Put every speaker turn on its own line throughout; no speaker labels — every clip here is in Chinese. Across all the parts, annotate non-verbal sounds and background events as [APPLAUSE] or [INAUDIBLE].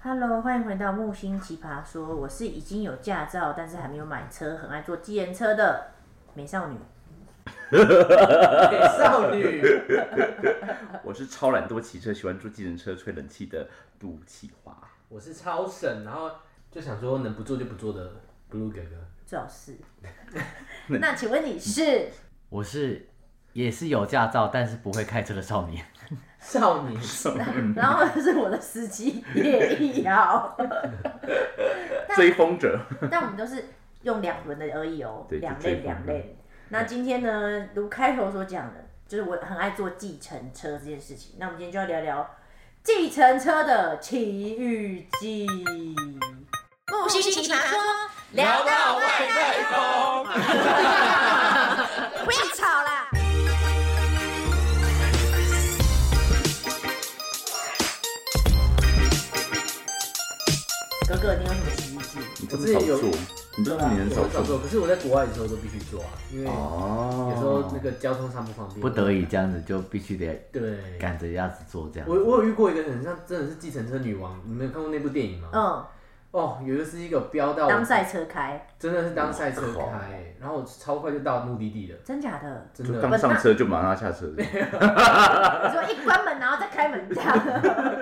Hello，欢迎回到木星奇葩说，我是已经有驾照，但是还没有买车，很爱坐机人车的美少女。
美少女，
我是超懒惰骑车，喜欢坐计程车、吹冷气的杜启华。
我是超省，然后就想说能不做就不做的 Blue 哥哥。
最好
[LAUGHS]
是。那请问你是？
我是也是有驾照，但是不会开车的少年。
少女，
嗯
然后是我的司机叶一
[LAUGHS]
瑶。
追风者，
但我们都是用两轮的而已哦，
对
两
就
类
追风
两
的
类。那今天呢，如开头所讲的，就是我很爱坐计程车这件事情。那我们今天就要聊聊计程车的奇遇记。木星奇葩说，聊到外太空，不要吵啦！哥哥，你有什么奇遇记？
你这么少
我自己
做
有，
你这么年
我
少
很少
做
做，可是我在国外的时候都必须做啊，因为有
哦。
时候那个交通上不方便，
不得已这样子就必须得
对。
赶着鸭子做这样
我
子。
我有遇过一个很像真的是计程车女王，你们有看过那部电影吗？
嗯，
哦，有一个是一个飙到
当赛车开，
真的是当赛车开、然后我超快就到目的地了，
真假的？
真
就
的。
刚上车就马上下车，是
你说一关门，然后再开门，这
[LAUGHS]
样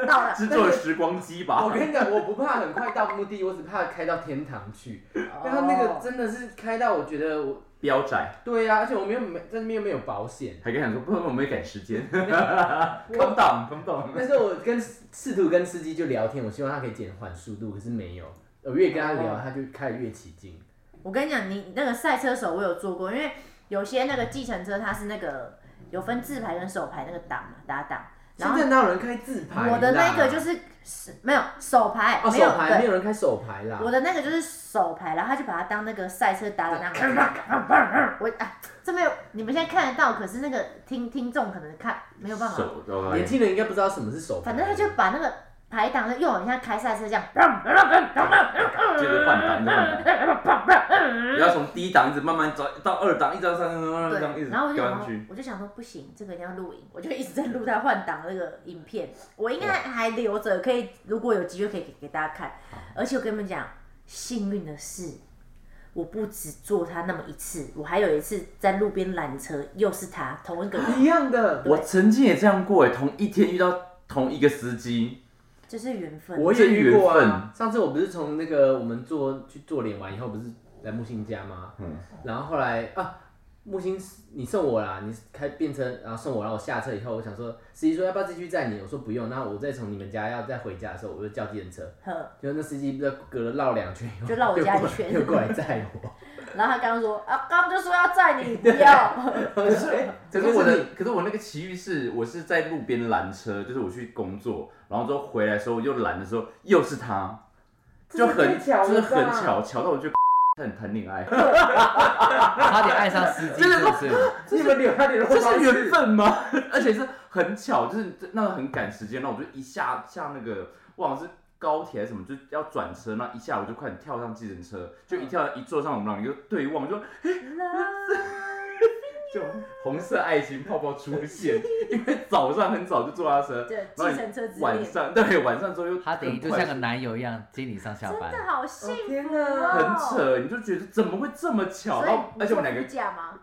到了。
坐时光机
我
吧？
跟你讲，我不怕很快到目的，我只怕开到天堂去。
哦
但他那个真的是开到，我觉得我
彪仔
对啊呀、而且我没有没在那边又没有保险，
还跟你讲说，不能我们也赶
[LAUGHS]
时间。Come down，Come down。
那时候我跟试图跟司机就聊天，我希望他可以减缓速度，可是没有。我越跟他聊，
哦
他就开始越起劲。
我跟你讲，你那个赛车手我有做过，因为有些那个计程车它是那个有分自排跟手排那个档嘛，打档。然
现
后
在哪有人开自排啦？
我的那个就是是没有手排，
哦
没
手
有
排，没
对，
有人开手排啦。
我的那个就是手排，然后他就把它当那个赛车打
[LAUGHS]
档那样。我啊，这没有，你们现在看得到，可是那个听听众可能看没有办法。
手都
年轻人应该不知道什么是手排。
反正他就把那个排档用很像开赛车这样，
就是换挡，一直换挡。你要从第一档一直慢慢走到二档，一直到三档，慢慢这样一
对，
直
然后我就
飙
想
上
说
去，。
我就想说不行，这个一定要录影，我就一直在录他换挡那个影片，我应该还留着，可以如果有机会可以给给大家看。而且我跟你们讲，幸运的是，我不止做他那么一次，我还有一次在路边拦车，又是他，同一个人，
啊
一样的，
我曾经也这样过哎，同一天遇到同一个司机，
这是缘分。
我也遇过
真
啊
缘。
上次我不是从那个我们做去做脸完以后，不是来木星家吗？
嗯
然后后来啊，木星你送我啦，你开便车然后送我，然后我下车以后，我想说司机说要不要继续载你，我说不用，那我再从你们家要再回家的时候，我就叫计程车，
呵
就那司机不是隔了绕两圈以后，
就绕我家一圈
又过来又过来载 [LAUGHS] 我。
然后他刚刚说啊，刚刚就说要载你，不
[LAUGHS]
要。 [LAUGHS]
可是
可是我的，可是我那个奇遇是，我是在路边拦车，就是我去工作，然后之后回来的时候我又拦的时候，又是他，就很就是很，巧，巧到我就 [LAUGHS] 很谈恋爱，
差点爱上司机是不是？
你们有他点
这是缘分吗？ [LAUGHS] 而且是很巧，就是那个很赶时间，那我就一下下那个，我好像是高铁还是什么，就要转车，那一下我就快点跳上计程车，就一跳一坐上，我们两个就对望，就就红色爱情泡泡出
[LAUGHS]
现，因为早上很早就坐他车，
对，
然后
计
你
程车之
晚
恋，
上对晚上之后又
他等于就
很快
像个男友一样接你上下
真
班
的。好幸福、哦。
天哪
很扯，你就觉得怎么会这么巧？
所
然
以
后而且我们两
你
个
是假吗？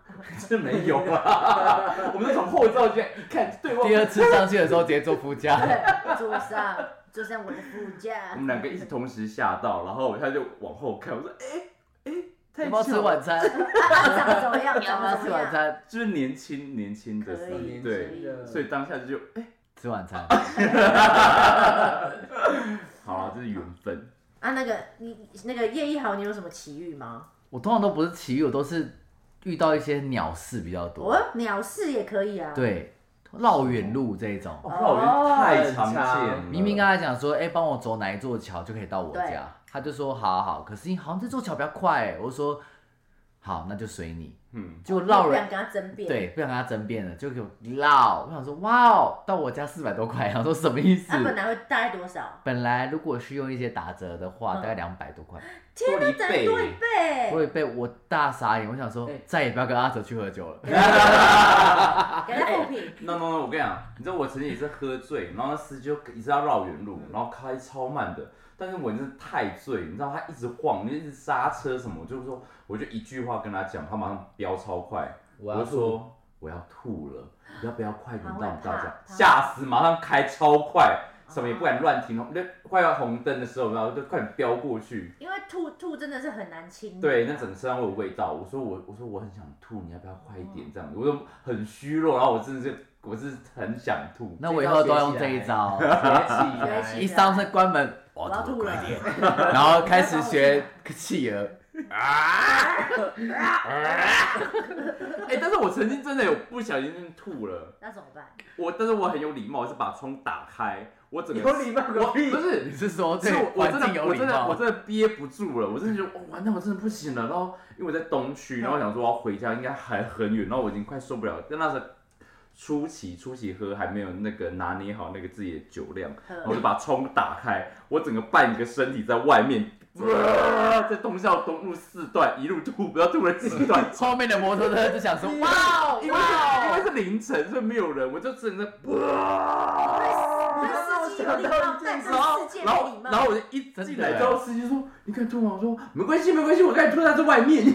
真没有啊，
[LAUGHS]
我们就从后照镜一看，对望
第，二次上去的时候直接坐副驾，
对，坐上坐上我的副
我
[LAUGHS] 驾
们。两个一直同时吓到，然后他就往后看，我说哎哎，
有
太
没有吃
巧了，
晚餐？
长得怎么样？
你要
长
不
得
要
怎
吃
么
晚
样？
餐？
就是年轻年轻的
可
司
以
机，
可
对，
以
所以当下就哎，
吃晚餐。
好了，这是缘分，
啊，那个你那个叶一豪，你有什么奇遇吗？
我通常都不是奇遇，我都是遇到一些鸟事比较多。
哦，鸟事也可以啊。，
对，绕远路这一种。
哦，那我觉得太常见了，
明明跟他讲说，哎、帮我走哪一座桥就可以到我
对
家，他就说好好好，可是你好像这座桥比较快、欸我就说好，那就随你，
嗯，
就绕
不
了
想。跟他争辩。，
对，不想跟他争辩了，就给我绕。我想说，哇哦，到我家四百多块，然后说
啊
什么意思
他？本来会大概多少？
本来如果是用一些打折的话，
嗯
大概两百多块，
天
多
哪，
一
整
倍
多一
耶
我
倍，
也被我大傻眼，我想说
哎
再也不要跟阿哲去喝酒了。
给他复评。
no no no，我跟你讲，你知道我曾经也是喝醉，然后那司机就一直要绕远路，然后开超慢的，但是我真的太醉，你知道他一直晃，一直刹车什么，我就说，我就一句话跟他讲，他马上飙超快，
我
我
要
就说我要吐了，要不要哦快点啊到我们
他会
大
怕
家？
他会
吓死，马上开超快，什么也不敢乱停，那快要红灯的时候，然后就快点飙过去。
因为吐吐真的是很难清理。啊
对，那整个身上会有味道。我说我我说我很想吐，你要不要快一点这样子？我就很虚弱，然后我真的是我是很想吐。
那我以后都要用这一招，
学
学
起
起
来，
一上车关门，
我
我
要吐了，
然后开始学企鹅。
[LAUGHS] 哎、但是我曾经真的有不小心吐了，
那怎么办？
我但是我很有礼貌，我是把窗打开，我整个
有礼貌个
我
屁
不是
你是说
是
对
我我
环
真
境
的
有
我
礼
真的我
貌？。
真的憋不住了，我真的觉得哦完蛋，我真的不行了。然后因为我在东区，然后我想说我要回家应该还很远，然后我已经快受不了。但那时候初期初期喝还没有那个拿捏好那个自己的酒量，
喝
然后我就把窗打开，我整个半个身体在外面，哇在东校东路四段一路吐，不知道吐了几段
后面的摩托车就想说
[LAUGHS]
哇哦
因为
哇
是因为
哦，
是凌晨，所以没有人，我就真的
对司机有礼貌，但是世界
然
没
后
礼，
然
貌。
后我就一
真的
进来之后，司机说：“你敢吐吗？”我说：“没关系，没关系，我刚才吐在这外面。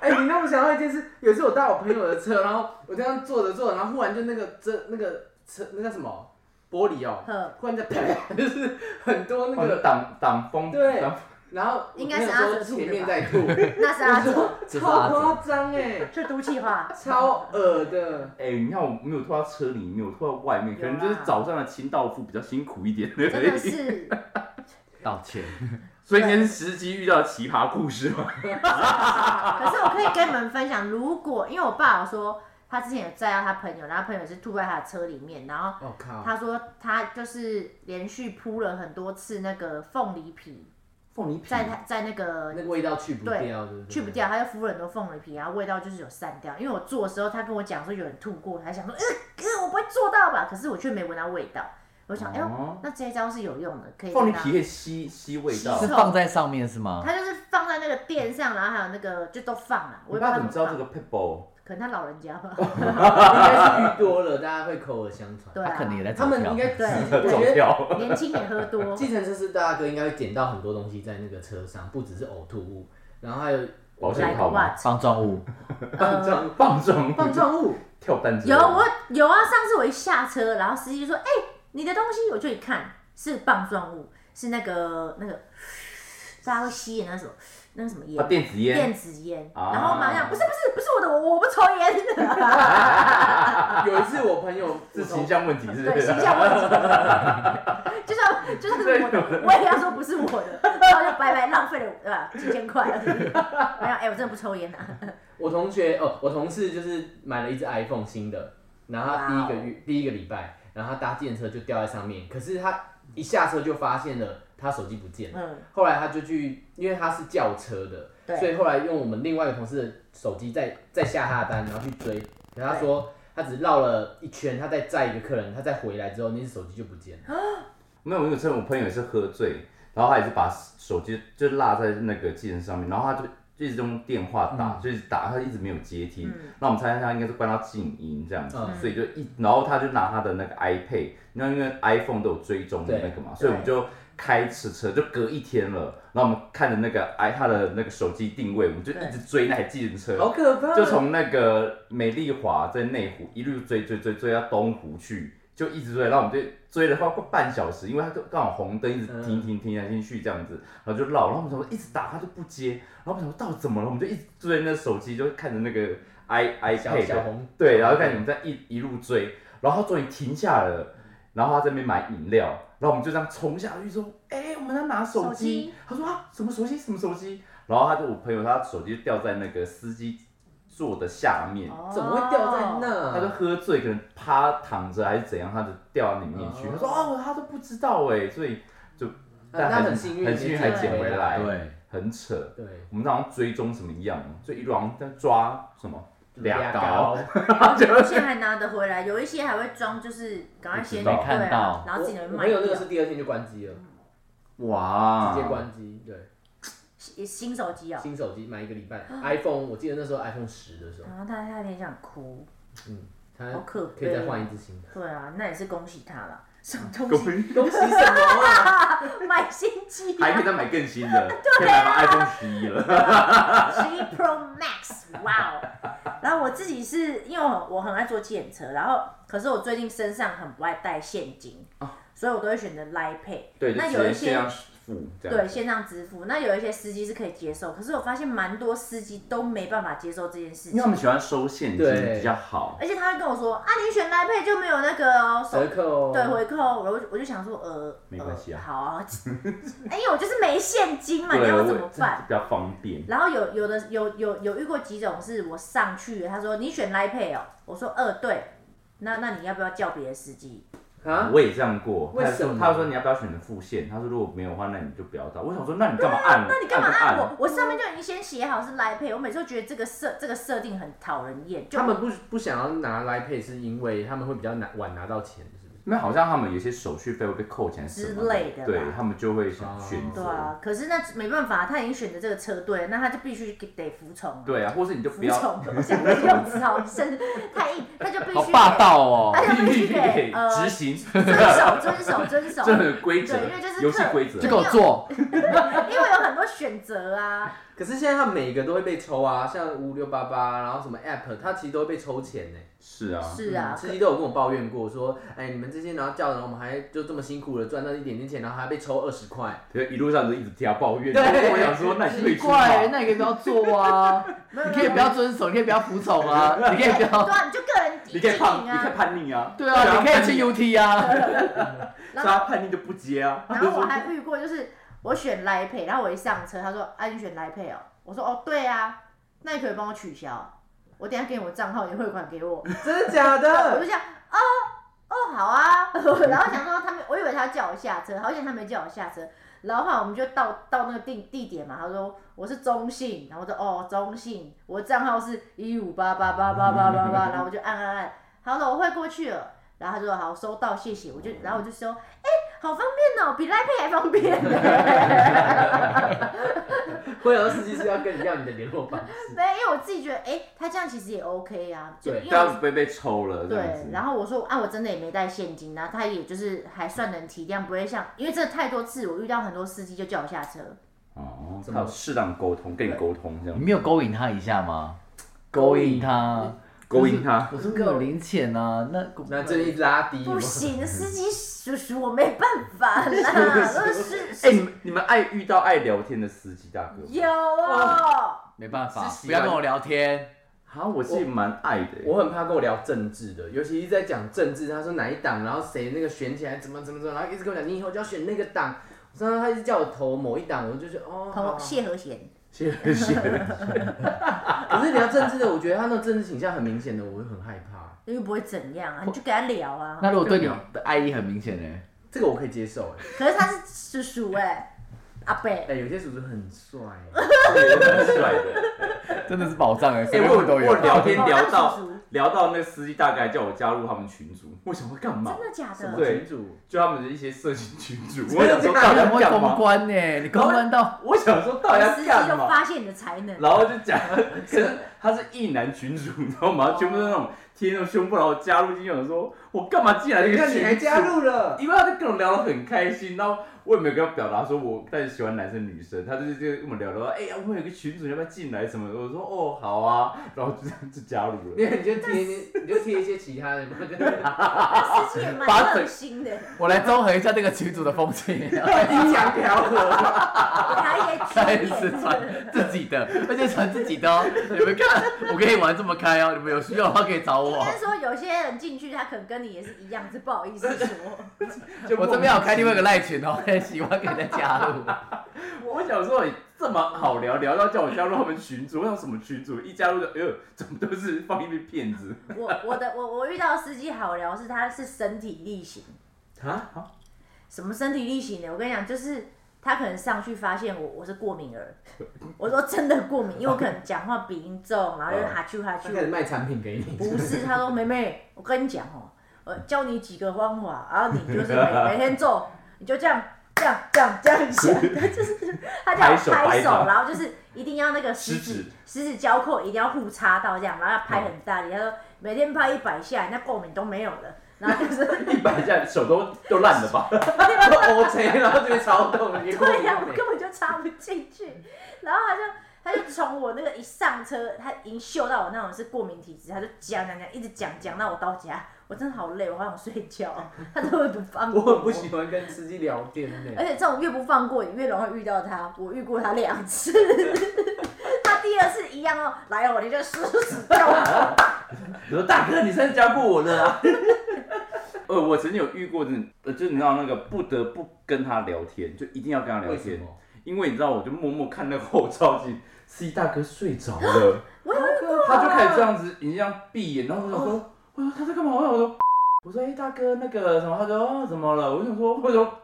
哎、你让我想到一件事，有一次我搭我朋友的车，然后我这样坐着坐着，然后忽然就那个这那个车那叫什么玻璃哦、
呵，
忽然就啪，就是很多”那
我哦就
个，
挡挡风，
对
挡
然后我
应该是
朋友
阿哲
说
吐的
前面
吧
在 [LAUGHS] 吐，
那是
我
阿
说
哲，
这是阿
超
哲
夸张哎，
是毒气化。
超恶的。
哎、你看我没有吐到车里面，我吐到外面，可能就
有
是
啦
早上的清道夫比较辛苦一点而
真的
已。
是，
道歉，
[LAUGHS] 所以今天是司机遇到的奇葩故事嘛？
可是我可以跟你们分享，如果因为我爸有说他之前有载到他朋友，然后他朋友也是吐在他的车里面，然后
我、哦靠，
他说他就是连续铺了很多次那个凤梨皮，
凤梨皮
在他在那个
那个味道去不掉，对不对？
去不。掉，他就敷了很多凤梨皮，然后味道就是有散掉。因为我做的时候，他跟我讲说有人吐过，他想说，呃，呃我不会做到吧？可是我却没闻到味道，我想，哎呦，
哦
那这一招是有用的，可以
凤梨
让
皮可以吸吸味道
吸
是。放在上面是吗？
他就是放在那个垫上，然后还有那个就都放了。我
我
也
爸怎
不
么知道这
怎么
个哦 pebble？
放，可能他老人家吧。
应该是遇多了，大家会口耳相传。
对
他
啊，
可能也在走
他们
跳
应。该
对
我
走
觉得
掉。
年轻也喝
[LAUGHS]
多，
计程车司大哥应该会捡到很多东西在那个车上，不只是呕吐物，然后还有
保险
来
套吗？
what？
棒状物，
棒状棒状
棒状物，
跳蛋之类
呃有
的
我有啊，上次我一下车，然后司机说：“哎、你的东西。”我就一看是棒状物，是那个那个大家会吸的那什么那个什么
啊
烟。
电子烟
电子烟，
啊
然后马上不是不是不是我的，我我不抽烟。
[LAUGHS] 有一次我朋友
是
自
形
从
象问题是不
对，
是？
形象问题。 [LAUGHS] 就算就算是我的，我也要说不是我的，然后就白白浪费了对吧几千块。没有，哎、我真的不抽烟啊。
我同学哦，我同事就是买了一只 iPhone 新的，然后他第一
哇
哦
个月、第一个礼拜，然后他搭电车就掉在上面，可是他一下车就发现了他手机不见了，
嗯，
后来他就去，因为他是轿车的，
对
所以后来用我们另外一个同事的手机再再下他的单，然后去追，可他说。他只绕了一圈，他再载一个客人，他再回来之后，那只手机就不见
啊
了。
没有，我有次我朋友也是喝醉，然后他也是把手机就落在那个计程上面，然后他就就一直用电话
嗯
打，就一直打，他一直没有接听。那我们猜他应该是关到静音这样子，
嗯
所以就一，然后他就拿他的那个 iPad，那因为 iPhone 都有追踪的那个嘛，所以我们就开车车就隔一天了，然后我们看着那个 i 他的那个手机定位，我们就一直追那台计程车，
好可怕！
就从那个美丽华在内湖一路追追追追到东湖去，就一直追，然后我们就追了快快半小时，因为它就刚好红灯一直
嗯
停停停来停去这样子，然后就绕，然后我们想说一直打它就不接，然后我们想说到底怎么了，我们就一直追那手机，就看着那个 i
小
iPad，
小红，
对，然后看你们在一一路追，然后他终于停下来了，然后他在那边买饮料，然后我们就这样冲下去说，哎、我们在拿手
手
机
机，
他说啊，什么手机，什么手机，然后他就我朋友他手机就掉在那个司机座的下面，
嗯
怎么会掉在那？
他就喝醉，可能趴躺着还是怎样，他就掉到里面去，
哦
他说啊，我他都不知道哎、所以就但
那
还
很幸运
很幸运还捡回来，
对，
很扯。
对，
我们好像追踪什么一样，就一路好像在抓什么俩高，
有些哦还拿得回来，有一些还会装，就是赶快先
不知道
对啊
没看到
[LAUGHS] 然后自己就
我
卖
朋友那个
掉
是。第二天就关机了，
哇，
直接关机。对，
新新手机哦、
新手机买一个礼拜，iPhone
啊
我记得那时候 iPhone 十的时候，
然后他他有点想哭，
嗯，它
好可
可以再
悲
换一只新的。
对啊，那也是恭喜他了，什么东
恭
西
喜
恭喜什么啊？
买新机、
还
啊
可以，再买更新的，可以买到 iPhone 十一了。
十一 Pro Max，哇
[LAUGHS]
哦！然后我自己是因为我我很爱坐电车，然后可是我最近身上很不爱带现金，
哦
所以我都会选择 Line Pay。
对，就
那
直
有
接
一
线
些
上付这样。
对，线上支付，那有一些司机是可以接受，可是我发现蛮多司机都没办法接受这件事
因
情
为他，们喜欢收现金
对
比较好。
而且他会跟我说啊，你选 Line Pay 就没有那个哦，手
折扣哦
对回扣，然后我就我就想说呃，
啊没关系啊
呃好啊， [LAUGHS] 哎，因为我就是没现金嘛，
对，
你要
我
我怎么
这
办？
比较方便。
然后有有的有有有遇过几种是我上去，他说你选 Line Pay 哦，我说呃对，那那你要不要叫别的司机？
啊，
我也这样过，
为
他说
什么
他说你要不要选择付现？他说如果没有的话，那你就不要到。我想说，那你干嘛按我？
那你干嘛
个
按我？我上面就已经先写好是 Line Pay，我每次都觉得这个设这个设定很讨人厌，就
他们不不想要拿来配，是因为他们会比较难晚拿到钱，是不是？
因为好像他们有些手续费会被扣钱什么
之类的
对
吧
他们就会想
哦
选
对
择。
啊，可是那没办法，他已经选择这个车队，那他就必须得服从啊。
对啊，或是你就
服
不要，
从，我想这个用词好深，太硬，他就必须
好霸道哦
他！就必须得
嘿
呃
执行
遵守遵守遵守，
这个规则
对因为就是，
游戏
客
规则
就。给我做，
因为有很多选择啊。
可是现在他每个都会被抽啊，像五六八八，然后什么 App，它其实都会被抽钱呢。嗯
是啊，
是啊，
司机都有跟我抱怨过，说，哎、你们这些然后叫人，我们还就这么辛苦的赚到一点点钱，然后还被抽二十块，
就一路上就一直听他抱怨。
对
然后我想说，那你退
奇
出吧。
怪，那你可以不要做啊，
没有
你可以不要遵守，你可以不要服从啊，你可以不
对
要，
啊，你就个人
你可以叛，
经营
你可以
啊。
叛逆啊。
对啊，你可以
叛逆
去 UT 啊，
然
所以
后
他叛逆就不接啊。 [LAUGHS]
然后我还遇过，就是我选来配，然后我一上车，他说啊你选来配哦，我说哦对啊，那你可以帮我取消，我等一下给你我账号，你汇款给我。
真的假
我
的？
就这样，哦哦好啊， [LAUGHS] 然后想说他们，我以为他叫我下车，好险他没叫我下车。然后后来我们就到到那个地地点嘛，他说我是中信，然后我说哦中信，我账号是一五八八八八八八八，然后我就按按按，他说我会过去了，然后他说好收到谢谢，我就然后我就说哎、好方便哦，比 Line Pay 还方便 [LAUGHS] 呢、
会有司机是要跟你要你的联络方式，
对，因为我自己觉得哎、他这样其实也 OK 啊，就
对
因为我
他被被抽了这样
对
子，。
然后我说啊，我真的也没带现金啊，他也就是还算能体谅，不会像因为真的太多次，我遇到很多司机就叫我下车，
哦，
怎
他
么
有适当沟通，跟你沟通这样
你，没有勾引他一下吗？
勾
引他，
勾引
[LAUGHS]
他。
我说没有零钱啊，那
那这一拉
[LAUGHS]
低，
不行，司机叔叔我没办法
[LAUGHS]
啦，都是
哎，你们你们爱遇到爱聊天的司机大哥吗？
有哦，
没办法
是，喜
不
欢
要跟我聊天，
啊，我是蛮爱的欸。
我很怕跟我聊政治的，尤其是在讲政治，他说哪一党，然后谁那个选起来怎么怎么怎么，然后一直跟我讲你以后就要选那个党。我上次他一直叫我投某一党，我就觉得哦，好
同谢和弦，
谢谢。
可是聊政治的，我觉得他那个政治倾向很明显的，我会很害怕。
又不会怎样啊，你就跟他聊啊，
那如果对你的爱意很明显呢？
这个我可以接受哎、
可是他是叔叔哎、阿贝，
哎、有些叔叔很帅、
很帅的。
真的是宝藏哎，
哎、
什
欸，
么
我有
问都
我
有
有。聊天聊
哦那
到
叔叔
聊到那个司机大概叫我加入他们群组，我想说干嘛
真？的假
什么
的？
对
群主？
就他们的一些色情群组，
真
我
的
想说
假
到
的
底
人
要
会
干
公
嘛？
关呢、欸你公关到
我想说到底
司
要
机
干
就
嘛？
发现你的才能，
然后就讲，可是他是一男群主，你知道吗？全部都是那种贴那种胸部，然后加入进去，我想说我干嘛进来这个
那
群
你
组？
还加入了？
因为他就跟我聊得很开心，然后我也没有跟他表达说我到底喜欢男生女生，他就是就跟我们聊聊，哎、呀，我们有个群主要不要进来什么的，我说哦好啊，然后就这样就加入了。
你你就贴你你就贴一些其他的嘛，
那司机也蛮
把整
热心的，
我来综合一下这个群主的风气，
阴阳调和。
他
[LAUGHS]
也
[LAUGHS] 再一
举眼
次传自己的，而且传自己的哦。你们看，我可以玩这么开哦，你们有需要的话可以找
应
我。
该说有些人进去，他可能跟你也是一样，是不好意思说。
就
我这边有开另外一个赖群哦，喜欢可以再加 [LAUGHS] 入。
我想说，这么好聊，聊到叫我加入他们群组，我想什么群组？一加入就，哎呦，怎么都是放一堆骗子？
我我的我我遇到司机好聊是他是身体力行，
啊？
什么身体力行呢？我跟你讲，就是他可能上去发现我我是过敏儿，我说真的过敏，因为我可能讲话鼻音重，然后就哈啾哈
他开始
啾。
卖产品给你。 [LAUGHS]
不是，他说妹妹，我呃跟你讲哦，我教你几个方法，然后你就是每每天做，你就这样这这样这样这样这样，就是他叫
拍
我
手
拍
拍
手，
掌
然后就是一定要那个食
食指
指食指交扣一定要互插到这样，然后他拍很大力，他说每天拍一百下，那过敏都没有了。然后就是
[LAUGHS] 一摆一下手都都烂了吧？
OK，然后这边超痛，你过
对
敏
呀、
又
我
没
根本就插不进去。 [LAUGHS] 然后他就他就从我那个一上车，他已经嗅到我那种是过敏体质，他就讲讲讲，一直讲讲到我到家，我真的好累，我好想睡觉 [LAUGHS] 哦。他都会不放
[LAUGHS] 我
过
很不喜欢跟司机聊天呢
而。且这种越不放过，你越容易遇到他。我遇过他两次， [LAUGHS] 他第二次一样哦，来哦，你就死死掉我。
我说大哥，你上次教过我的啊。 [LAUGHS] 呃，我曾经有遇过，就是呃，就是你知道那个不得不跟他聊天，就一定要跟他聊
为什
天，
[LAUGHS] 么？
因为你知道，我就默默看那个后照镜，C 大哥睡着
[LAUGHS]
了，
我有遇过，
他就开始这样子，已经这样闭眼，然后我想
哦
说，我说他在干嘛？我想说，我说哎、大哥那个什么，他说哦怎么了？我想说，我说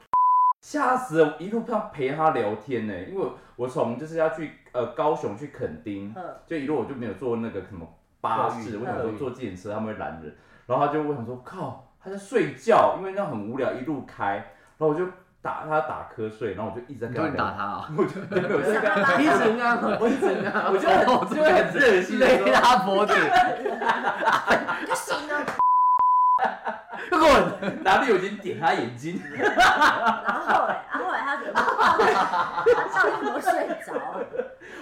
吓死了，一路上陪他聊天呢、因为我从就是要去呃高雄去垦丁，
[LAUGHS] 呃，
就一路我就没有坐那个什么巴士，
客运
我想说
嗯
坐计程车他们会拦人，然后他就我想说靠，他在睡觉，因为那很无聊，一路开，然后我就打他打瞌睡，然后我就一直在跟
你都
他
会打
聊，
他啊、
我就没有我就在跟他，
一整啊，我一整啊，
我
[LAUGHS]
就很
[LAUGHS]
我就会很热心的
勒
说，
他脖子，
你就行了。
滚！ [LAUGHS]
哪里有人点他眼睛？
然后后来，啊后来他怎么？ [LAUGHS] 他到底有没有睡着啊？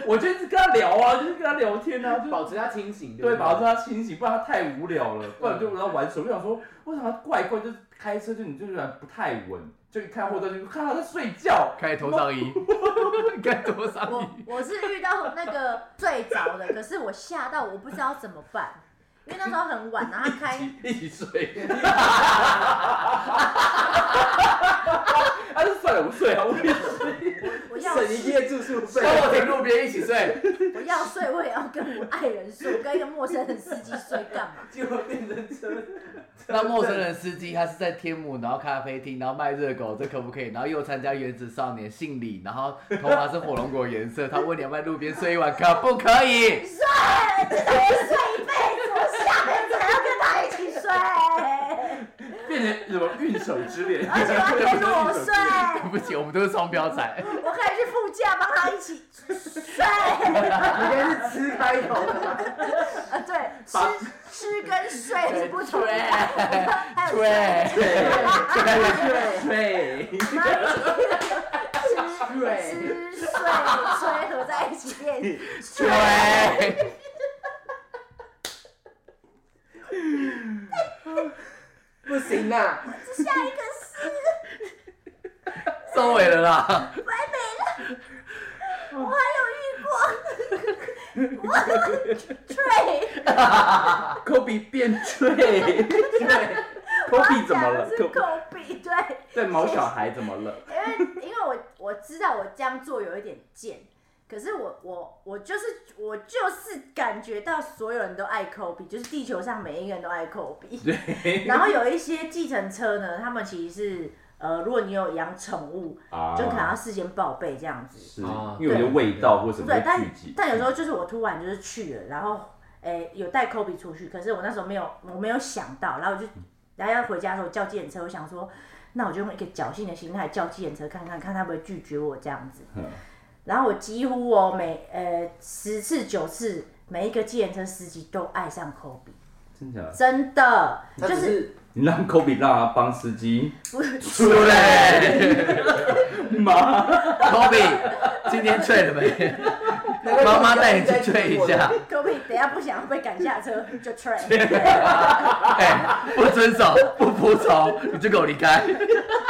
我就一直跟他聊啊，就是跟他聊天啊，就
保持他清醒，
对，
不
保证他清醒，不然他太无聊了，不
嗯
然就让他玩手。我想说，为什么他怪怪，就是开车就你就是不太稳，就一看后照镜，看他在睡觉，
开头上衣， [LAUGHS] 开头上
我
衣，
我是遇到那个最早的，可是我吓到我不知道怎么办，因为那时候很晚，然后他 [LAUGHS] 开
[LAUGHS] 一起睡。他就算了，我不睡啊，我也睡。
我要
省一夜住宿费
[LAUGHS] 跟。我停路边一起睡。
我要睡，我也要跟我爱人睡，我跟一个陌生的司机睡干嘛？
结果变成车， [LAUGHS]
[LAUGHS] 那陌生人司机他是在天母，然后咖啡厅，然后卖热狗，这可不可以？然后又参加原子少年，姓李，然后头发是火龙果颜色。他问你要不要在路边睡一晚，可不可以？
[LAUGHS] [LAUGHS] 睡，这等于睡一辈子，我下辈子还要跟他一起睡，
[LAUGHS] 变成什么运手之恋？
[LAUGHS] 而且我还可以裸
对
睡，
不起，我们都是双标仔。
我可以去副驾帮他一起 [LAUGHS] 睡。
应该是吃开头的吧？
啊，对，吃吃跟睡是不 [LAUGHS] 同的，还有睡。
对，
[LAUGHS]
对
对，
吃吃睡睡合在一起变睡，
对，
不行啊！
下一个是
收尾了啦。
我还有遇过，我睡，
[LAUGHS] 科比变
[LAUGHS]
吹，对，科比怎么了？
是
科
狗比对，
对毛小孩怎么了？
[LAUGHS] 因为因为我我知道我这样做有一点贱。可是我我我就是我就是感觉到所有人都爱科比，就是地球上每一个人都爱科比。
对
然后有一些计程车呢，他们其实是呃，如果你有养宠物，
啊
就可能要事先报备这样子。
是
啊
因为有些味道或什么
对，
会
但
聚集。嗯
但有时候就是我突然就是去了，然后诶、有带 Kobe 出去，可是我那时候没有我没有想到，然后我就然后要回家的时候叫计程车，我想说那我就用一个侥幸的心态叫计程车看看看他会不会拒绝我这样子。
嗯
然后我几乎哦每呃十次九次每一个计程车司机都爱上 Kobe，
真假的？ [LAUGHS]
真的
他
就
只
是
是
你让科比让他帮司机
不是 [LAUGHS]
对
吗？
，Kobe，今天醉了没？妈妈带你去醉一下。。
Kobe 等一下不想要被赶下车就 train。
[LAUGHS]
哎，不遵守，不服从，你就给我离开。
科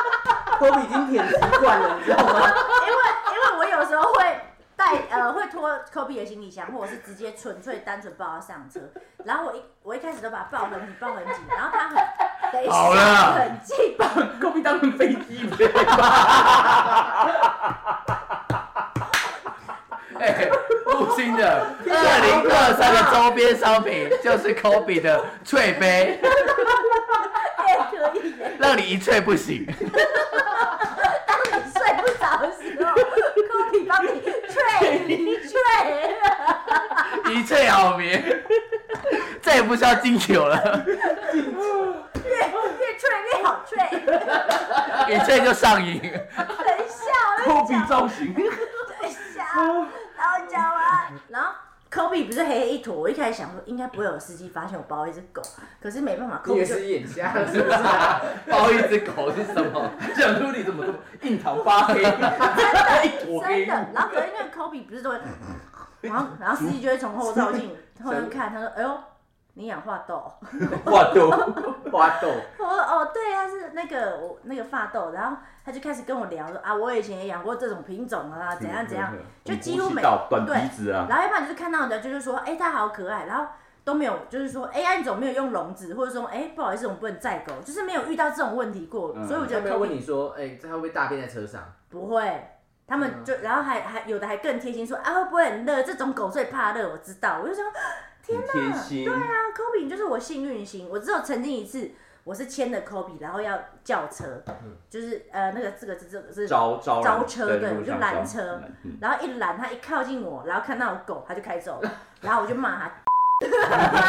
比已经舔习惯了，你知道吗？
因为 [LAUGHS] 因为我有时候会带呃会拖 Kobe 的行李箱，或者是直接纯粹单纯抱他上车。然后我一我一开始都把他抱很紧，抱很紧，然后他很等一
好
下
了
很近，
科比当成飞机飞，
哎，木星的二零二三的周边商品就是 Kobe 的翠杯，
也可以耶。
让你一醉不醒。
当你睡不着的时候，Kobe 帮你睡睡。
一切好眠，再也不需要金球了，
越越吹越好吹，
一切就上瘾。
等一
科比造
[LAUGHS]
型，
对笑，然后讲完，然后。科比不是黑黑一坨，我一开始想说应该不会有司机发现我包一只狗，可是没办法，科
[LAUGHS] 你
比
也
就是
眼瞎了是不是啊？
抱一只狗是什么？
想说你怎么这么印堂发
[LAUGHS]
黑，一坨黑
真的，然后可是因为 Kobe 不是都会，然后然后司机就会从后照镜后面看，他说：“哎呦，你养化痘。
哇都，
花豆，”
我说：“哦，对，他是那个我那个发痘。”然后他就开始跟我聊说：“啊，我以前也养过这种品种啊，怎样怎
[LAUGHS]
样。就几乎每
到短
对
鼻子”啊，
然后要不然就是看到人家就是说：“哎，它好可爱。”然后都没有，就是说：“哎呀，你怎么没有用笼子？”或者说：“哎，不好意思，我们不能载狗。”就是没有遇到这种问题过，
嗯
所以我觉
有没
得
有
Kobe
问你说，哎，他会不会大便在车上？
不会，他们就、然后还还有的还更贴心说啊会不会很热？这种狗最怕热，我知道。我就想说天
很
哪，
贴心，
啊，Kobe 你就是我幸运星，我只有曾经一次。我是牵着 Kobe，然后要叫车，就是呃那个这个这这这个，
招招
招
人
车
在
对
路
我就
上
拦
招
车
人，嗯
然后一拦他一靠近我，然后看到我狗，他就开走了，然后我就骂他， [LAUGHS]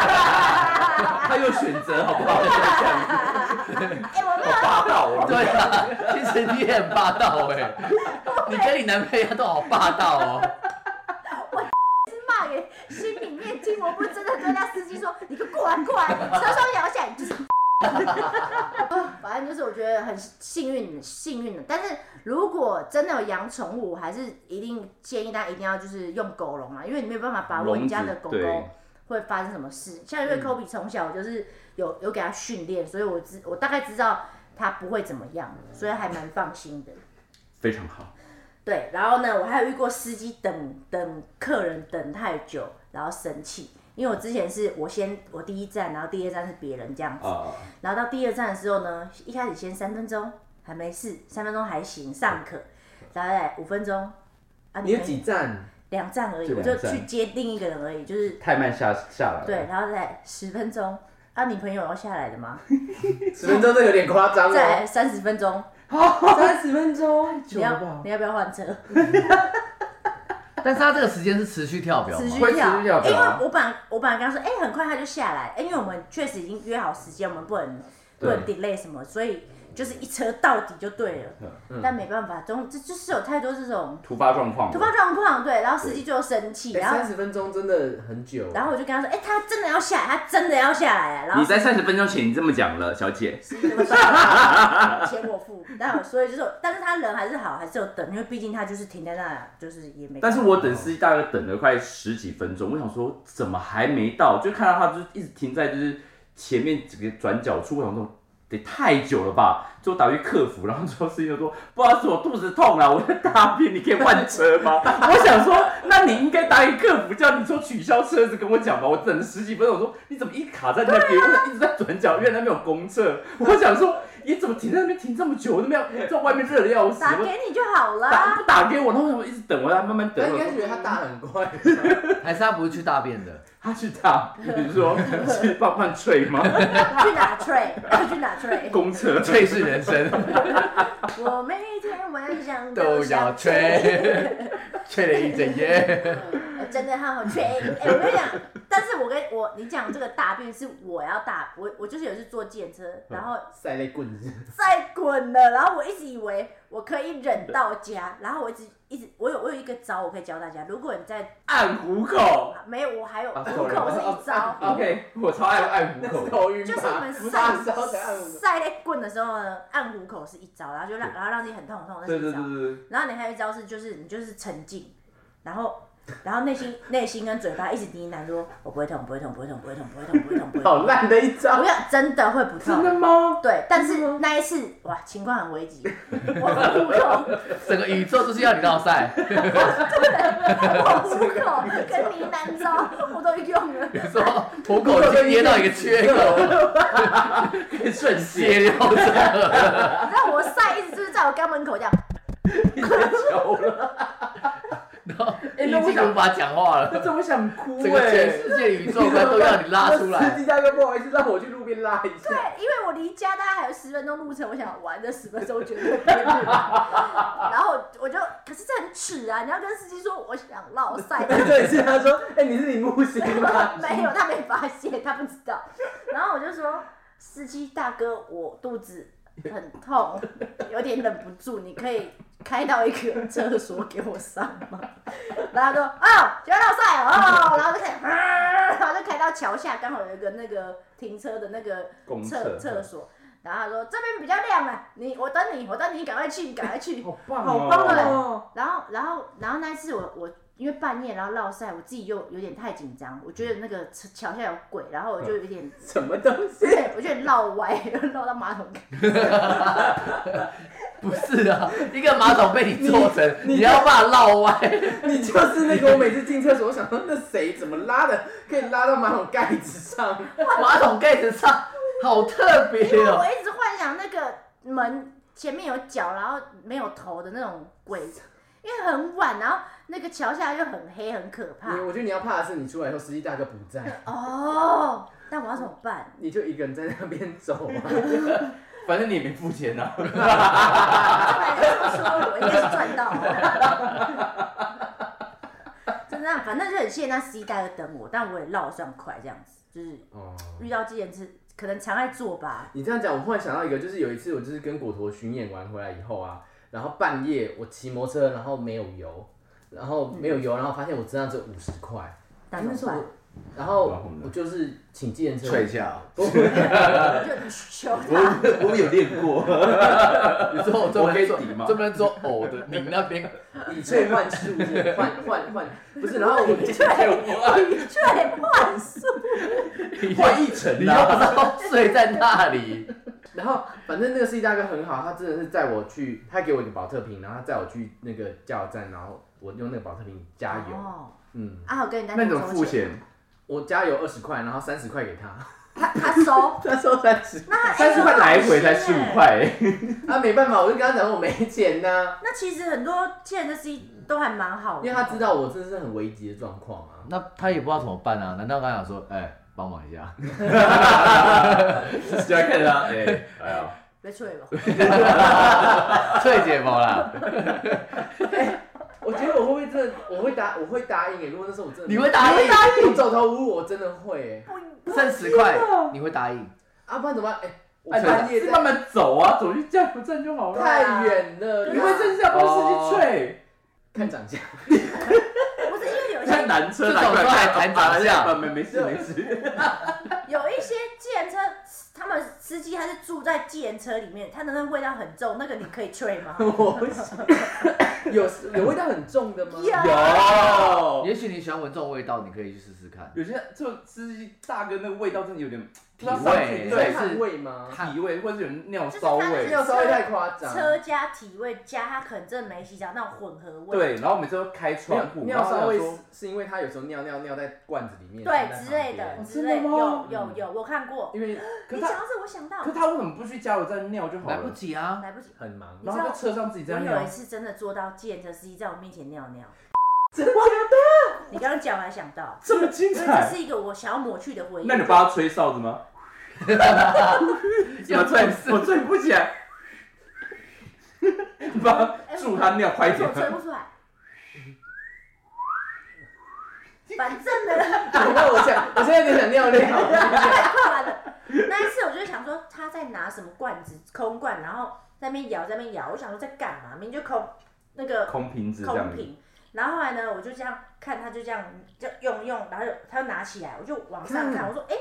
他有选择好不好？这样
哎、我没有
好霸道哦，
对啊，其实你也很霸道哎、你跟你男朋友都好霸道哦、
骂给心里面听，我不是真的对那司机说：“你给我过来过来，车窗摇下来。”就是， [LAUGHS] 反正就是我觉得很幸运，幸运的。但是如果真的有养宠物，我还是一定建议大家一定要就是用狗笼啊嘛，因为你没有办法把握
笼
你家
子
的狗狗
对
会发生什么事。像因为 Kobe 从小就是有有给他训练，所以我知我大概知道他不会怎么样，所以还蛮放心的。
非常好，
对，然后呢，我还有遇过司机等等客人等太久，然后生气，因为我之前是我先我第一站，然后第二站是别人这样子，
啊，
然后到第二站的时候呢，一开始先三分钟还没事，三分钟还行尚可，然后来五分钟啊，
你有
没
几站？
两站而已，
就
我就
两站
去接另一个人而已，就是
太慢下下来了，
对，，然后再十分钟啊，你朋友要下来了吗？
十分钟这有点夸张
再
哦，
三十分钟，
[LAUGHS] 三十分钟，
你要你要不要换车？
但是他这个时间是持续跳表吗
持？续
会
跳，
持续跳表
因为
啊
我本来我本来跟他说，哎、很快他就下来，哎因为我们确实已经约好时间，我们不能不能 delay 什么，所以就是一车到底就对了。
嗯
但没办法，总这就是有太多这种
突发状况，
突发状况，对，然后司机就生气，然
三
后
十分钟真的很久。
然后我就跟他说，哎、他真的要下来，他真的要下来啊，然后
你在三十分钟前你这么讲了，小姐，
司机就说钱我付，但我所以就是，但是他人还是好，还是有等，因为毕竟他就是停在那，就是也没。
但是我等司机大概等了快十几分钟，我想说怎么还没到，就看到他就是一直停在就是前面几个转角处，我想说得太久了吧， [LAUGHS] 就打去客服，然后之后司机就说不好意思，我肚子痛了，我在大便，你可以换车吗？ [LAUGHS] 我想说，那你应该打给客服，叫你说取消车子跟我讲吧。我等了十几分钟，我说你怎么一卡在那
啊
边，我一直在转角，因为那边有公厕，我想说你怎么停在那边停这么久，我那边要在外面热的要死，
打
我
给你啊就好
打
啦，
不打给我，然后我一直等，我要慢慢
他
等。
应
我
该觉得他大很快，
还是他不是去大便的？
他去打，比如说是棒棒脆吗？
去哪 tray，要去哪 tray。
公车
这是人生
[LAUGHS] 我每天晚上
都要
想
吹，吹了一整夜。
我真的好好吹。哎、我跟你讲，但是我跟我你讲这个大便是我要大，我我就是有一次坐电车，然后
[LAUGHS] 塞类棍子，
再滚了，然后我一直以为我可以忍到家，然后我一直一直我有我有一个招我可以教大家，如果你在
按虎口。
没有我还有
啊
虎
，sorry，
口是
哦
一招，
OK，我超爱按虎
那是
口。
[LAUGHS] 头晕吧？
就是我们
不是
晒
发烧的按摩
晒在棍的时候呢，按虎口是一招，然后就让然后让自己很痛很痛，那是
对
一招。
对对对，
然后你还有一招是，就是你就是沉浸，然后然后内心 [LAUGHS] 内心跟嘴巴一直呢喃说，我不会痛，不会痛，不会痛，不会痛，不会痛，不会痛，不会
[LAUGHS]
好
痛。
烂的一
不
招，
要真的会不
真
痛，
的吗？
对，但是那一次哇，情况很危急，我虎口，
整个宇宙就是要你绕赛，
我虎口跟呢喃招我都用了，
你说虎口已经捏到一个缺口，
可以瞬
血
间
流成河。
你知道我晒一直就是在我肛门口这样，
球了，
然后 [LAUGHS]
哎
已
那我
经
想
无法讲话了，
这我想哭
欸
整个
[LAUGHS]
全
哎！
世界宇宙观都要你拉出
那
来
司。机大哥不好意思，让我去路边拉一
对
下。，
因为我离家大概还有十分钟路程，我想玩这十分钟绝对不会累然后我就，可是这很耻啊，你要跟司机说我想落晒，
[LAUGHS] 对，是他说，哎，你是李木星
[LAUGHS]
吗？
没有，他没发现，他不知道。然后我就说， [LAUGHS] 司机大哥，我肚子很痛，有点忍不住，你可以开到一个厕所给我上嘛，然后他说哦，觉得好帅哦，然后就开始，啊然后就开到桥下，刚好有一个那个停车的那个
公
厕
厕
厕所，然后他说这边比较亮啊，你我等你，我等你，赶快去，赶快去。
好棒
好
哦！
棒
哦然后，然后，然后那一次我我因为半夜然后落晒，我自己又有点太紧张，我觉得那个桥下有鬼，然后我就有点，
什么东西？
对我就有点绕歪，绕到马桶盖。
不是啊，一个马桶被你坐成，
你
你要把它绕歪，
[LAUGHS] 你就是那个我每次进厕所，我想说那谁怎么拉的，可以拉到马桶盖子 [LAUGHS] 上？
马桶盖子上，好特别
因为我
哦。
一直幻想那个门前面有脚，然后没有头的那种鬼，因为很晚，然后那个桥下又很黑，很可怕
你。我觉得你要怕的是你出来以后，司机大哥不在，
哦，但我要怎么办？
[LAUGHS] 你就一个人在那边走啊。
反正你也没付钱
啊
呐、
后来就这么说，我应该是赚到了。 [LAUGHS] 真的啊，反正就很谢谢那司机大哥等我，但我也绕得算快，这样子就是
[LAUGHS] 哦，
遇到这件事，可能常爱做吧。
你这样讲，我忽然想到一个，就是有一次我就是跟果陀巡演完回来以后啊，然后半夜我骑摩托车，然后没有油，然后没有油，然后发现我身上只有五十块，
但怎
哎那时候
么
我，然后
哇红了
我就是请计程 [LAUGHS] 车，
吹一下啊，
办？就啊求他。
呃我我有练过，
你说我专
我可以
门做
抵吗
专门做偶的，你那边
以退换术，换换换，不是，然后我
对，对，幻术。
[LAUGHS] 换一层
[LAUGHS] 你又
啦、
不知道睡在那里，
然后反正那个司机大哥很好，他真的是载我去，他给我一个保特瓶，然后他载我去那个加油站，然后我用那个保特瓶加油，
哦，
嗯，
啊，我跟你单
那
独
你怎么
收
付钱？
我加油二十块，然后三十块给他，
他他收，
他收三十，
[LAUGHS]
那
但是
他
他来回才十五。块、欸，
啊没办法，我就跟他讲说我没钱呐、
那其实很多现在的司机都还蛮好的，
因为他知道我真的是很危急的状况啊。
[LAUGHS] 那他也不知道怎么办啊？难道他想说，哎，帮忙一 [LAUGHS] 下？
就要看着他，哎、
[LAUGHS]
哎呀，
被吹了。
翠姐没啦，
我觉得我会不会真的，我会答，我会答应耶。如果那时候我真的，
你会答应？
我走投无路，我真的会耶。
剩十块，你会答应？
啊，不然怎么办？哎、我
哎
半夜
是
在
慢慢走啊，走去加油站就好了。
太远了，
对啊
你
你
会
会
正下班司机吹，
看长 [LAUGHS] 相。
不是因为有一
像 [LAUGHS]
些
南车
这种
来
都还谈长相
没没事没事，
有一些计程车，他们司机他是住在计程车里面，他的那个味道很重，那个你可以吹
[LAUGHS]
吗？
我不行 [LAUGHS] 有有味道很重的吗？
有
有
也许你喜欢闻这种味道，你可以去试试看。
有些就司机大哥那个味道真的有点
体味
不知道上去
你
对
说
是
汗味吗？
是体啊味，或者是有尿骚
就是
味
他。
尿稍微太夸张，
车加体味加他可能真的没洗澡那种混合味，
对，然后每次都开
没有
窗户，然
尿
后
骚
想
味
说
是是因为他有时候尿尿尿在罐子里面，
对
在
之类的
旁边
之类，
哦真的吗
有有有，我看过。
因为
可
你
是
讲
他
到这，我想到
可是他为什么不去加油站尿就好
来不
了？
及啊！
来不及，
很忙。
然后在车上自己
我
在
有
尿
一，次真的做到计程车司机在我面前尿尿，
[LAUGHS] 真的假
你刚刚讲我还想到。
这么精
所以这！是一个我想要抹去的回忆。
那你帮他吹哨子吗？
要
我吹
做事，
我吹不
[LAUGHS]
起来。你帮他
哎
助他尿快一
我
点。
吹不出
[LAUGHS]
来。反正呢，
的？那我想，我现在就想尿尿。
太完了。那一次我就想说他在拿什么罐子，空罐，然后在那边摇，在那边摇。我想说在干嘛？明明就空那个
空瓶子这样
空
子，
瓶。然后后来呢，我就这样看，他就这样就用用，然后就他就拿起来，我就往上
嗯
看，我说：“哎、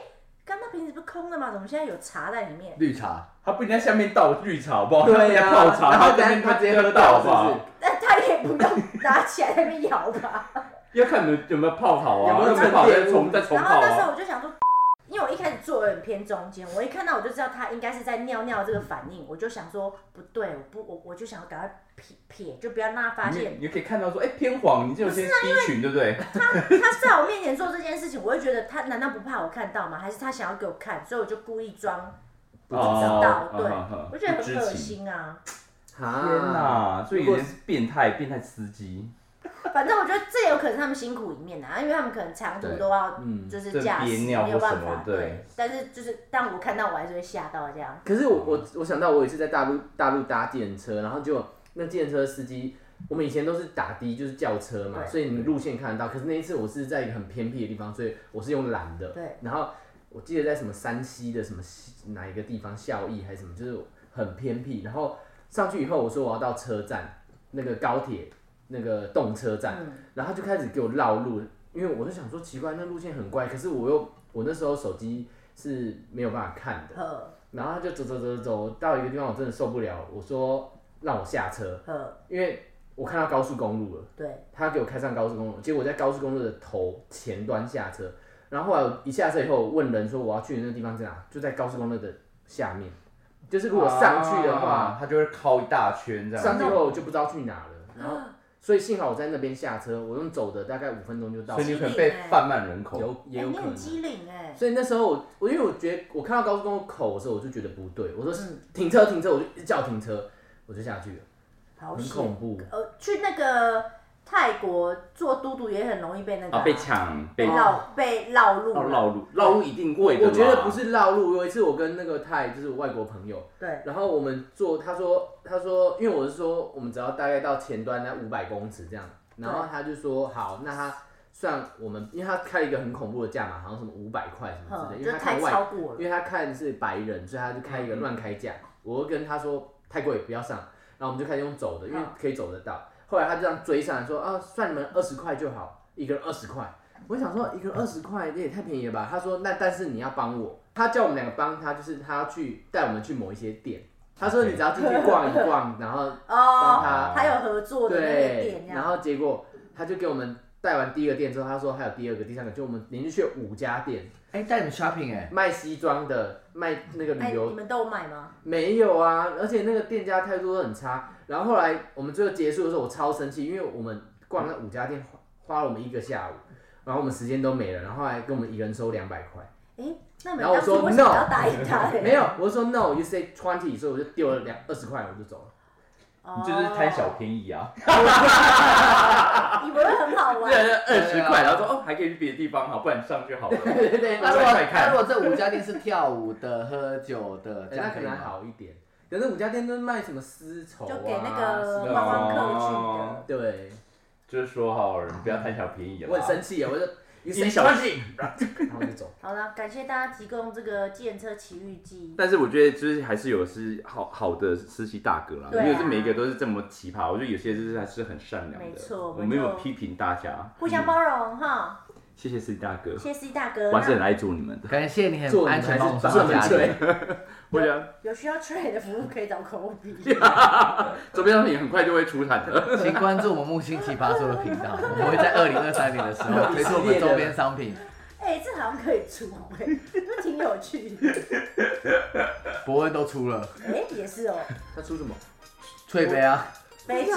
刚那瓶子不是空的吗？怎么现在有茶在里面？” [LAUGHS]
绿茶，
他不应该下面倒绿茶好不好？
对
呀、
呀，
泡茶，
然后
在那
等
边
下他直接
喝
喝
到好
到，是
不
不
好
是？？
但他也不用拿起来在那边摇吧。
[LAUGHS] 要看你们有没有泡好啊，
有没有
没泡
沉
再
淀
重再重
然后
泡
那时候
啊。
我就想说， [LAUGHS] 因为我一开始坐有点偏中间，我一看到我就知道他应该是在尿尿这个反应，我就想说不对，我不我我就想要赶快撇撇，就不要让他发
你
现。啊
你可以看到说，哎、偏黄，你就有些 B 群，对不对？
[LAUGHS] 他在我面前做这件事情，我会觉得他难道不怕我看到吗？还是他想要给我看，所以我就故意装不知道
哦。
对
嗯嗯嗯，
我觉得
不知
很恶
情
心啊。
天
天哪、！所以
如
有
果
点是变态，变态司机，
反正我觉得这有可能是他们辛苦一面啊，因为他们可能长途都要
嗯
就是驾驶，
这憋尿
没有办
或什
法
么。对
但是就是，但我看到我还是会吓到这样。
可是我我我想到我有一次在大陆大陆搭电车，然后就那电车司机，我们以前都是打的，就是轿车嘛，
对
所以你路线看得到。可是那一次我是在一个很偏僻的地方，所以我是用懒的。
对。
然后我记得在什么山西的什么西哪一个地方孝义还是什么，就是很偏僻。然后上去以后我说我要到车站，那个高铁那个动车站，然后他就开始给我绕路，因为我就想说奇怪，那路线很怪，可是我又我那时候手机是没有办法看的，
呵
然后他就走走走走到一个地方，我真的受不了，我说让我下车，
呵，
因为我看到高速公路了。
对，
他给我开上高速公路，结果我在高速公路的头前端下车，然后后来我一下车以后，我问人说我要去的那个地方在哪，就在高速公路的下面，就是如果上去的话，
啊
他就会靠一大圈这样。
上去以后我就不知道去哪了，然
啊
后所以幸好我在那边下车，我用走的大概五分钟就到
所
了
以，你可能被贩卖人口。
有也
哎，
有
你
可能啊
很。机灵哎，
所以那时候我，我因为我觉得我看到高速公路口的时候，我就觉得不对，我说
嗯
停车停车，我就一直叫停车，我就下去了，
好
很
险
恐怖。
呃，去那个泰国做嘟嘟也很容易被那个
啊，被抢，
被
被哦
绕被绕路
绕
了，
绕路，绕路一定会的啦。
我觉得不是绕路，有一次我跟那个泰就是外国朋友，
对，
然后我们坐，他说，他说，因为我是说，我们只要大概到前端那五百公尺这样，然后他就说，好，那他算我们，因为他开一个很恐怖的价嘛，好像什么五百块什么
哼，
之类的，因
嗯就
为他
太
看
超
外，
过了，
因为他看是白人，所以他就开一
嗯
个乱开价。我就跟他说太贵不要上，然后我们就开始用走的，因为
嗯
可以走得到。后来他就这样追上来说啊，算你们二十块就好，一个人二十块。我想说一个人二十块，这也太便宜了吧？他说那但是你要帮我，他叫我们两个帮他，就是他要去带我们去某一些店。他说
OK
你只要进去逛一逛，然后
[LAUGHS]
帮
哦，
他
他有合作的那个
对
店，，这样，
然后结果他就给我们带完第一个店之后，他说还有第二个、第三个，就我们连续去了五家店，
哎，带你们 shopping 哎，
卖西装的，卖那个
哎，
旅游
你们都有买吗？
没有啊，而且那个店家态度都很差。然后后来我们最后结束的时候，我超生气，因为我们逛那五家店花花了我们一个下午，然后我们时间都没了，然后还跟我们一个人收两百块。
哎，那你们
然后我
当初
说
为什么
no
要答应他？
没有，我就说 no，you say twenty，所以我就丢了两二十块，我就走了。
哦，
你就是贪小便宜啊，
你不会很好
对
玩？
对，二十块，然后说哦，还可以去别的地方，好，不然上去 [LAUGHS] 好了。
对对对，
那
那
如
如
果
果
那如果这五家店是跳舞的、喝酒的，
哎那
这
可
样哎可以
能还
吗？
好一点。可是五家店都卖什么丝绸啊，
就给那个
什
观
么
光客
哦
去
对，
就是说哈，人不要贪小便宜啊。
我很生气啊，我就 you
你
say
小
twenty，
心。
然后我
[LAUGHS]
就走。
的。好了，感谢大家提供这个计程车奇遇记。
但是我觉得就是还是有是好好的司机大哥啦，
对啊
因为是每一个都是这么奇葩，我觉得有些就是还是很善良的，
没错
我
我们
没有
就
批评大家，嗯
互相包容哈，
谢谢司机大哥，
谢谢啊 C 大哥。
我还是很
那
爱做你们的，
感谢你很
做
安
还是
全帮我送
做
到
门
家里
吹。。
我想
有需要 trade 的服务可以找 [LAUGHS] Kobe。
周边商品很快就会出产的，
[LAUGHS] 请关注我们木星奇葩说的频道，我们会在二零二三年的时候推出我们周边商品。
哎，这好像可以出哎，这挺有趣 [LAUGHS] 的。
伯恩都出了，
哎，也是哦，
他出什么？
翠杯啊，
[LAUGHS] 飞机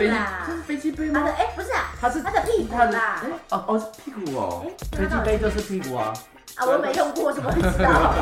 杯啦
这，是飞机杯
他
吗
的？哎不是啊，
它是
他的屁股
它的
啦。
哦哦是屁股哦
哎，，
飞机杯就是屁股啊。
[LAUGHS] 啊，我没用过，怎么会知道？